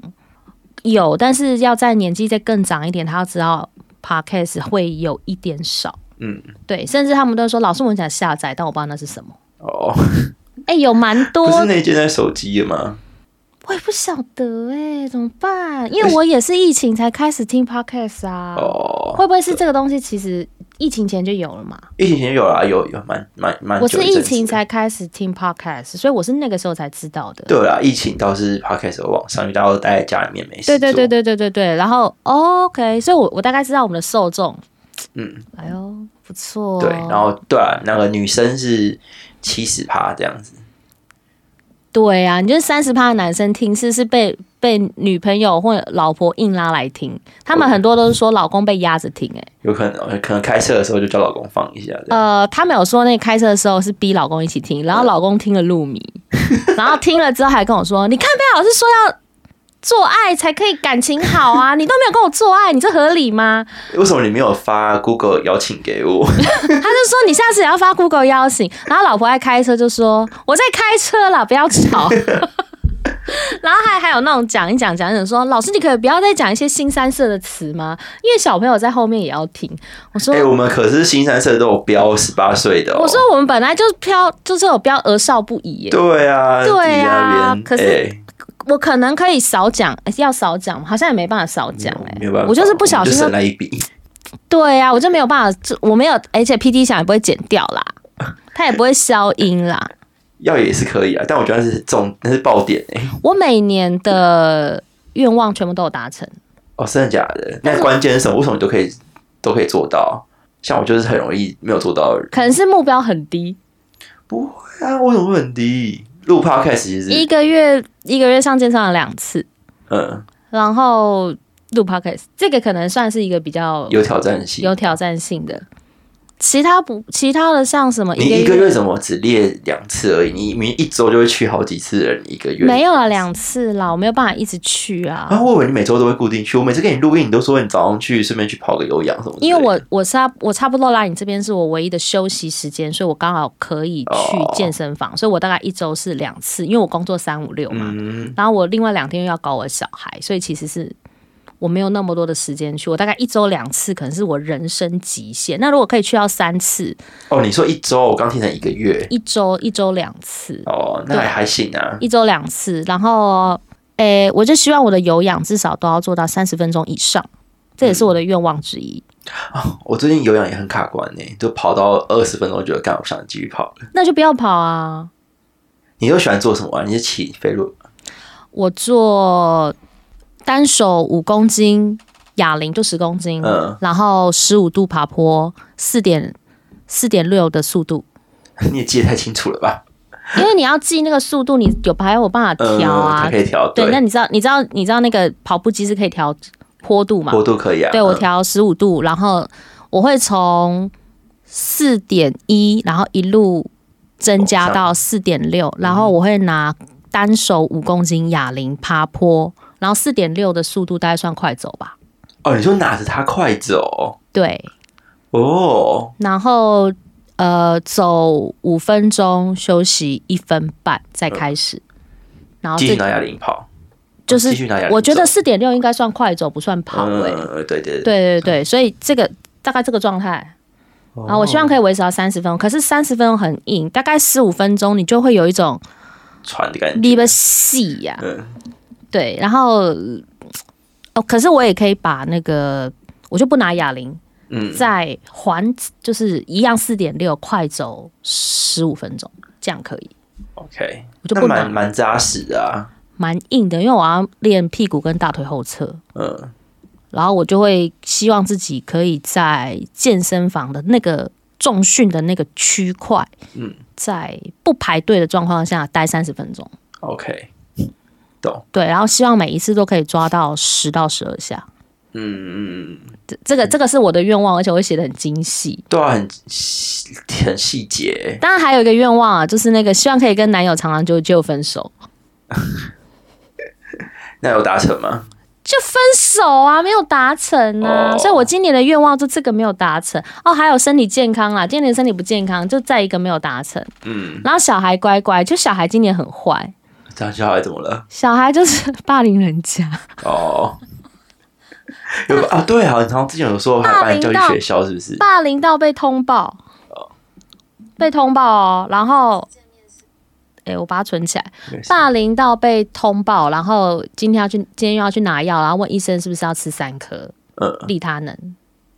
Speaker 3: 有，但是要在年纪再更长一点，他要知道 Podcast 会有一点少。
Speaker 2: 嗯，
Speaker 3: 对，甚至他们都说老师我很想下载，但我不知道那是什么。
Speaker 2: 哦，
Speaker 3: 哎、有蛮
Speaker 2: 不是
Speaker 3: 多，
Speaker 2: 那一间在手机的吗？
Speaker 3: 我也不晓得哎、怎么办？因为我也是疫情才开始听 Podcast 啊。
Speaker 2: 哦，
Speaker 3: 会不会是这个东西其实疫情前就有了嘛？
Speaker 2: 疫情前有啦，有有蛮蛮蛮
Speaker 3: 我
Speaker 2: 久
Speaker 3: 是
Speaker 2: 嗯一阵子的。
Speaker 3: 疫情才开始听 podcast，所以我是那个时候才知道的。
Speaker 2: 对啦，疫情倒是 podcast 有网上，因为大家都待在家里面没事
Speaker 3: 对对对
Speaker 2: 对，
Speaker 3: 对对对对然后、哦 OK，所以我我大概知道我们的受众，
Speaker 2: 嗯，
Speaker 3: 哎呦不错、哦。
Speaker 2: 对，然后对啊，那个女生是七十趴这样子，
Speaker 3: 对啊，你就是三十趴的男生听是是被被女朋友或者老婆硬拉来听，他们很多都是说老公被压着听、欸，
Speaker 2: 有可能可能开车的时候就叫老公放一下这样，
Speaker 3: 呃，他们有说那开车的时候是逼老公一起听，然后老公听了入迷， [laughs] 然后听了之后还跟我说：“你看贝老师说要做爱才可以感情好啊，你都没有跟我做爱，你这合理吗
Speaker 2: 为什么你没有发 Google 邀请
Speaker 3: [laughs]
Speaker 2: 给我？？”
Speaker 3: 他就说：“你下次也要发 Google 邀请。”然后老婆在开车就说：“我在开车啦，不要吵。” [laughs] 然后还还有那种讲一讲讲一讲说：“老师，你可以不要再讲一些新三色的词吗？因为小朋友在后面也要听。”我说：“
Speaker 2: 哎、我们可是新三社都有标十八岁的、哦，
Speaker 3: 我说我们本来就是标，就是有标儿少不宜耶。”
Speaker 2: 对啊，
Speaker 3: 对
Speaker 2: 自己在那
Speaker 3: 啊
Speaker 2: 边
Speaker 3: 可是
Speaker 2: 哎
Speaker 3: 我可能可以少讲，诶要少讲，好像也没办法少讲哎、
Speaker 2: 没有办法，
Speaker 3: 我就是不小
Speaker 2: 我们
Speaker 3: 心
Speaker 2: 就省
Speaker 3: 就
Speaker 2: 了一笔，
Speaker 3: 对呀、啊，我就没有办法，这我没有，而且 P D 响也不会剪掉
Speaker 2: [laughs]
Speaker 3: 啦，它也不会消音啦。
Speaker 2: 要也是可以啊，但我觉得那是重，那是爆点哎、
Speaker 3: 我每年的愿望全部都有达成，
Speaker 2: 哦，真的假的？那关键是什么？为什么你都可以都可以做到？像我就是很容易没有做到的人。
Speaker 3: 可能是目标很低，
Speaker 2: 不会啊，为什么会很低？录 podcast 其实
Speaker 3: 一
Speaker 2: 是
Speaker 3: 个月一个月上健身房两次，
Speaker 2: 嗯
Speaker 3: 然后录 podcast，这个可能算是一个比较
Speaker 2: 有挑战性。
Speaker 3: 有挑战性的。其他不，其他的像什么
Speaker 2: 你一个月怎么只列两次而已？你明明一周就会去好几次的人，一个月
Speaker 3: 没有了两次啦，我没有办法一直去啊，
Speaker 2: 啊？我以为你每周都会固定去，我每次跟你录音，你都说你早上去，顺便去跑个有氧什么之类的。
Speaker 3: 因为我我差我差不多啦，你这边是我唯一的休息时间，所以我刚好可以
Speaker 2: 哦
Speaker 3: 去健身房，所以我大概一周是两次，因为我工作三五六嘛，
Speaker 2: 嗯，
Speaker 3: 然后我另外两天又要搞我的小孩，所以其实是我没有那么多的时间去，我大概一周两次可能是我人生极限。那如果可以去到三次，
Speaker 2: 哦，你说一周，我刚听成一个月。
Speaker 3: 一周一周两次，
Speaker 2: 哦，那
Speaker 3: 对
Speaker 2: 还还行啊。
Speaker 3: 一周两次，然后诶，我就希望我的有氧至少都要做到三十分钟以上，这也是我的愿望之一。
Speaker 2: 我最近有氧也很卡关呢、就跑到二十分钟，觉得干，我不想继续跑了。
Speaker 3: 那就不要跑啊！
Speaker 2: 你又喜欢做什么、啊？你是骑飞轮吗？
Speaker 3: 我做单手五公斤，哑铃就十公斤，
Speaker 2: 嗯
Speaker 3: 然后十五度爬坡，四点四点六的速度，
Speaker 2: 嗯你也记得太清楚了吧？
Speaker 3: 因为你要记那个速度，你有还有办法调
Speaker 2: 嗯，
Speaker 3: 啊
Speaker 2: 它可。以调，
Speaker 3: 对，那你知道你知道你知道那个跑步机是可以调坡度嘛？
Speaker 2: 坡度可以啊。
Speaker 3: 对我
Speaker 2: 嗯
Speaker 3: 调十五度，然后我会从四点一，然后一路增加到四点六，
Speaker 2: 嗯
Speaker 3: 然后我会拿单手五公斤哑铃爬坡，然后四点六的速度大概算快走吧。
Speaker 2: 哦，你说拿着它快走
Speaker 3: 对，
Speaker 2: 哦，
Speaker 3: 然后呃走五分钟，休息一分半
Speaker 2: 嗯
Speaker 3: 再开始，然后
Speaker 2: 继续
Speaker 3: 这
Speaker 2: 拿哑铃跑，哦
Speaker 3: 就
Speaker 2: 继续
Speaker 3: 是
Speaker 2: 拿哑哎铃走。
Speaker 3: 我觉得四点六应该算快走，不算跑
Speaker 2: 嗯，
Speaker 3: 诶、
Speaker 2: 对对
Speaker 3: 对
Speaker 2: 对。
Speaker 3: 对对，所以这个大概这个状态。
Speaker 2: 哦
Speaker 3: 啊，我希望可以维持到三十分钟，可是三十分钟很硬，大概十五分钟你就会有一种
Speaker 2: 哦喘的感
Speaker 3: 离
Speaker 2: 觉。
Speaker 3: 不细呀。
Speaker 2: 嗯，
Speaker 3: 对，然后呃哦，可是我也可以把那个，我就不拿哑铃，
Speaker 2: 嗯
Speaker 3: 再还就是一样四点六快走十五分钟，这样可以，
Speaker 2: ，OK，
Speaker 3: 我就
Speaker 2: 那
Speaker 3: 不
Speaker 2: 蛮
Speaker 3: 拿，
Speaker 2: 蛮扎实的啊。
Speaker 3: 蛮硬的，因为我要练屁股跟大腿后侧。
Speaker 2: 嗯，
Speaker 3: 然后我就会希望自己可以在健身房的那个重训的那个区块，
Speaker 2: 嗯，
Speaker 3: 在不排队的状况下待三十分钟，
Speaker 2: OK，
Speaker 3: 对，然后希望每一次都可以抓到十到十二下，
Speaker 2: 嗯嗯，嗯
Speaker 3: 这这个这个是我的愿望，而且我会写的很精细。
Speaker 2: 对啊，很细很细节。
Speaker 3: 当然还有一个愿望啊，就是那个希望可以跟男友长长久久分手，
Speaker 2: 那有达成吗？
Speaker 3: 就分手啊，没有达成啊，
Speaker 2: 哦
Speaker 3: 所以我今年的愿望就这个没有达成哦，还有身体健康啦，今年身体不健康就再一个没有达成，
Speaker 2: 嗯，
Speaker 3: 然后小孩乖乖，就小孩今年很坏，
Speaker 2: 这样小孩怎么了？
Speaker 3: 小孩就是霸凌人
Speaker 2: [laughs]
Speaker 3: 家，
Speaker 2: 哦，有啊，对啊，你好像之前有说还
Speaker 3: 霸
Speaker 2: 办
Speaker 3: 凌
Speaker 2: 教育
Speaker 3: 到
Speaker 2: 学校，是不是？
Speaker 3: 霸凌到被通报，被通报哦，然后，哎、我把它存起来，
Speaker 2: 没事
Speaker 3: 霸凌到被通报，然后今天要去，今天又要去拿药，然后问医生是不是要吃三颗
Speaker 2: 嗯，
Speaker 3: 利他能，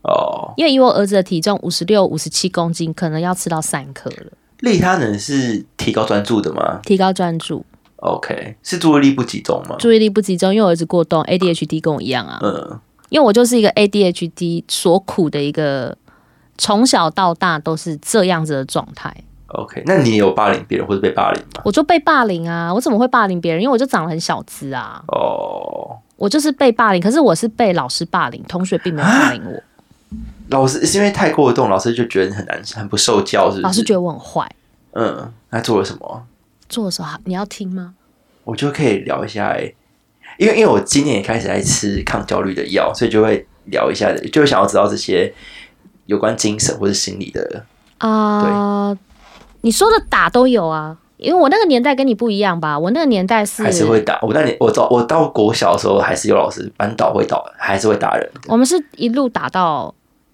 Speaker 2: 哦，
Speaker 3: 因为以我儿子的体重五十六、五十七公斤，可能要吃到三颗了，
Speaker 2: 利他能是提高专注的吗
Speaker 3: 提高专注，
Speaker 2: ？OK，是注意力不集中吗？
Speaker 3: 注意力不集中，因为我儿子过动，ADHD 跟我一样啊，
Speaker 2: 嗯，
Speaker 3: 因为我就是一个 ADHD 所苦的一个，从小到大都是这样子的状态。
Speaker 2: OK，那你有霸凌别人或者被霸凌吗？
Speaker 3: 我就被霸凌啊！我怎么会霸凌别人？因为我就长得很小资啊，
Speaker 2: 哦，
Speaker 3: 我就是被霸凌。可是我是被老师霸凌，同学并没有霸凌我，
Speaker 2: 啊老师是因为太过动，老师就觉得你很难，很不受教，是不是？
Speaker 3: 老师觉得我很坏。
Speaker 2: 嗯，那做了什么？
Speaker 3: 做的时候你要听吗？
Speaker 2: 我就可以聊一下、欸，因为因为我今年也开始在吃抗焦虑的药，所以就会聊一下，就会想要知道这些有关精神或者心理的。
Speaker 3: 啊、你说的打都有啊，因为我那个年代跟你不一样吧？我那个年代是，
Speaker 2: 还是会打我那年我到我到国小的时候，还是有老师班导会打，还是会打人的。
Speaker 3: 我们是一路打到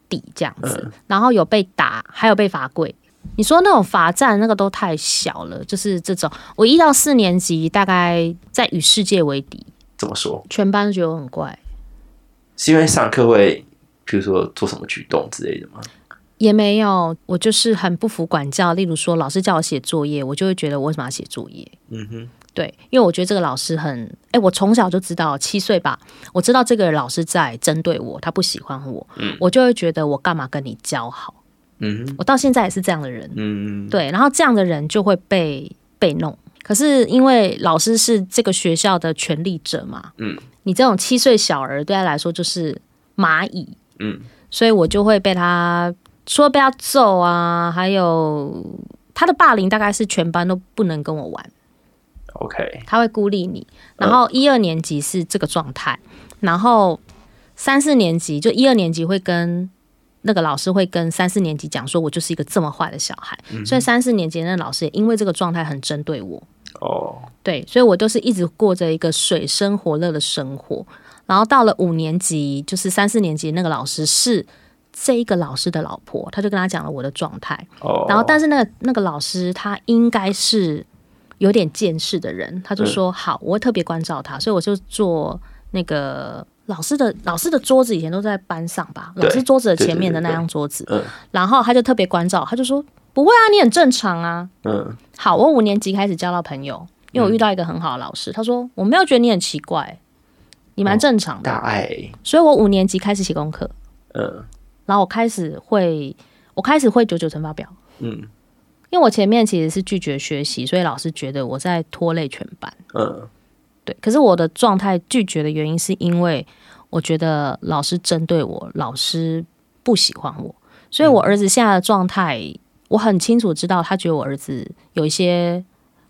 Speaker 3: 底这样子，然后有被打，还有被罚跪。你说那种罚站那个都太小了，就是这种。我一到四年级大概在与世界为敌，
Speaker 2: 怎么说？
Speaker 3: 全班都觉得我很怪。
Speaker 2: 是因为上课会譬如说做什么举动之类的吗？
Speaker 3: 也没有，我就是很不服管教。例如说，老师叫我写作业，我就会觉得我为什么要写作业？
Speaker 2: 嗯哼，
Speaker 3: 对，因为我觉得这个老师很……哎，我从小就知道，七岁吧，我知道这个老师在针对我，他不喜欢我，
Speaker 2: 嗯
Speaker 3: 我就会觉得我干嘛跟你交好？
Speaker 2: 嗯哼，
Speaker 3: 我到现在也是这样的人，
Speaker 2: 嗯，，
Speaker 3: 对，然后这样的人就会被被弄。可是因为老师是这个学校的权力者嘛，
Speaker 2: 嗯，
Speaker 3: 你这种七岁小儿对他来说就是蚂蚁，
Speaker 2: 嗯，
Speaker 3: 所以我就会被他说被他揍啊，还有他的霸凌大概是全班都不能跟我玩，
Speaker 2: OK，
Speaker 3: 他会孤立你。然后一二年级是这个状态，然后三四年级就一二年级会跟那个老师会跟三四年级讲说，我就是一个这么坏的小孩，所以三四年级那老师也因为这个状态很针对我，
Speaker 2: 哦，
Speaker 3: 对，所以我都是一直过着一个水深火热的生活。然后到了五年级，就是三四年级那个老师是这一个老师的老婆，他就跟他讲了我的状态。
Speaker 2: 哦，
Speaker 3: 然后，但是那个那个老师他应该是有点见识的人，他
Speaker 2: 嗯
Speaker 3: 就说、好，我会特别关照他，所以我就坐那个老师的老师的桌子，以前都在班上吧，
Speaker 2: 对
Speaker 3: 老师桌子的
Speaker 2: 对对
Speaker 3: 前面的
Speaker 2: 对
Speaker 3: 那
Speaker 2: 对
Speaker 3: 张桌子，
Speaker 2: 嗯
Speaker 3: 然后他就特别关照，他就说不会啊，你很正常啊。
Speaker 2: 嗯
Speaker 3: 好，我五年级开始交到朋友，因为我遇到一个很好的老师，他说我没有觉得你很奇怪，你
Speaker 2: 哦
Speaker 3: 蛮正常的，
Speaker 2: 大爱，
Speaker 3: 所以我五年级开始写功课，
Speaker 2: 嗯
Speaker 3: 然后我开始会，我开始会九九乘法表，
Speaker 2: 嗯
Speaker 3: 因为我前面其实是拒绝学习，所以老师觉得我在拖累全班。
Speaker 2: 嗯
Speaker 3: 对，可是我的状态拒绝的原因是因为我觉得老师针对我，老师不喜欢我，所以我儿子现在的状态，我很清楚知道，他觉得我儿子有一些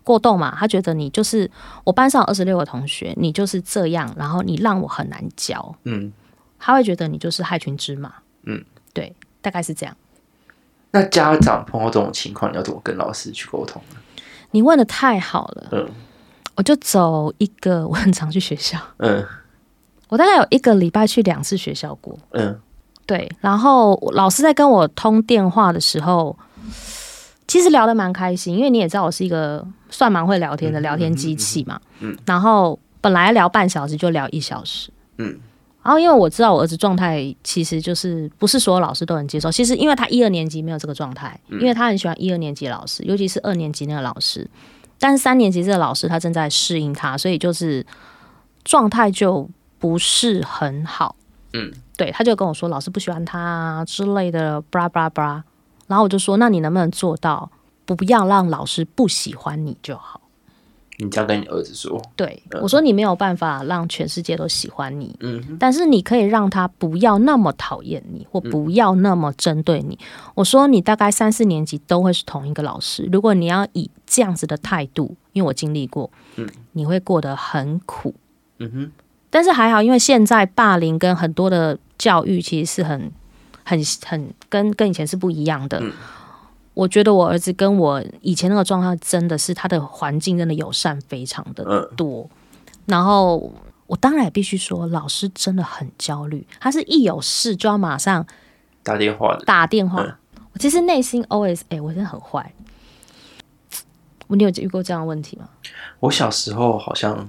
Speaker 3: 过动嘛，他觉得你就是我班上二十六个同学，你就是这样，然后你让我很难教，
Speaker 2: 嗯。
Speaker 3: 他会觉得你就是害群之马。
Speaker 2: 嗯，
Speaker 3: 对，大概是这样。
Speaker 2: 那家长碰到这种情况，你要怎么跟老师去沟通呢？
Speaker 3: 你问的太好了，
Speaker 2: 嗯
Speaker 3: 我就走一个，我很常去学校，
Speaker 2: 嗯
Speaker 3: 我大概有一个礼拜去两次学校过。
Speaker 2: 嗯
Speaker 3: 对，然后老师在跟我通电话的时候，其实聊得蛮开心，因为你也知道我是一个算蛮会聊天的聊天机器嘛。
Speaker 2: 嗯嗯
Speaker 3: 然后本来聊半小时就聊一小时，
Speaker 2: 嗯
Speaker 3: 然后因为我知道我儿子状态其实就是不是所有老师都能接受，其实因为他一二年级没有这个状态，
Speaker 2: 嗯
Speaker 3: 因为他很喜欢一二年级的老师，尤其是二年级那个老师，但是三年级这个老师他正在适应他，所以就是状态就不是很好。
Speaker 2: 嗯，
Speaker 3: 对，他就跟我说老师不喜欢他啊之类的，bra bra bra。然后我就说，那你能不能做到不要让老师不喜欢你就好？
Speaker 2: 你这样跟你儿子说，
Speaker 3: 对，
Speaker 2: 嗯
Speaker 3: 我说你没有办法让全世界都喜欢你，
Speaker 2: 嗯
Speaker 3: 但是你可以让他不要那么讨厌你，或不要那么针对你。我说你大概三四年级都会是同一个老师，如果你要以这样子的态度，因为我经历过，
Speaker 2: 嗯
Speaker 3: 你会过得很苦。
Speaker 2: 嗯哼，
Speaker 3: 但是还好，因为现在霸凌跟很多的教育其实是很、很、很跟跟以前是不一样的。
Speaker 2: 嗯
Speaker 3: 我觉得我儿子跟我以前那个状态真的是他的环境真的友善非常的
Speaker 2: 嗯
Speaker 3: 多。然后我当然也必须说，老师真的很焦虑，他是一有事就要马上
Speaker 2: 打电话的，
Speaker 3: 打电话。
Speaker 2: 嗯
Speaker 3: 我其实内心 always，哎、我真的很坏。你有遇过这样的问题吗？
Speaker 2: 我小时候好像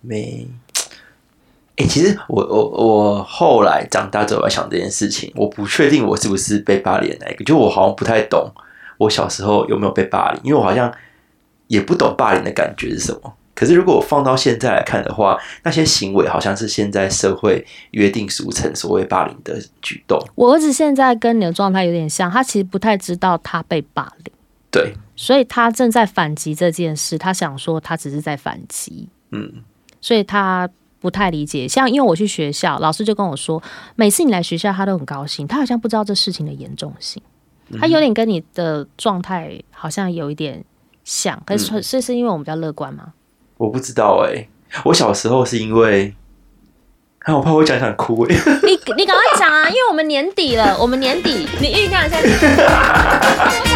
Speaker 2: 没。哎、其实我我我后来长大之后来想这件事情，我不确定我是不是被霸凌的那一个，就我好像不太懂我小时候有没有被霸凌，因为我好像也不懂霸凌的感觉是什么。可是如果我放到现在来看的话，那些行为好像是现在社会约定俗成所谓霸凌的举动。
Speaker 3: 我儿子现在跟你的状态有点像，他其实不太知道他被霸凌，
Speaker 2: 对，
Speaker 3: 所以他正在反击这件事。他想说，他只是在反击，
Speaker 2: 嗯
Speaker 3: 所以他不太理解。像因为我去学校，老师就跟我说，每次你来学校，他都很高兴，他好像不知道这事情的严重性，他有点跟你的状态好像有一点像，可是是是因为我们比较乐观 [laughs] 嘛？
Speaker 2: 我不知道哎、我小时候是因为，啊，我怕我讲讲哭哎、
Speaker 3: 你你赶快讲啊，因为我们年底了，我们年底，你预告一下。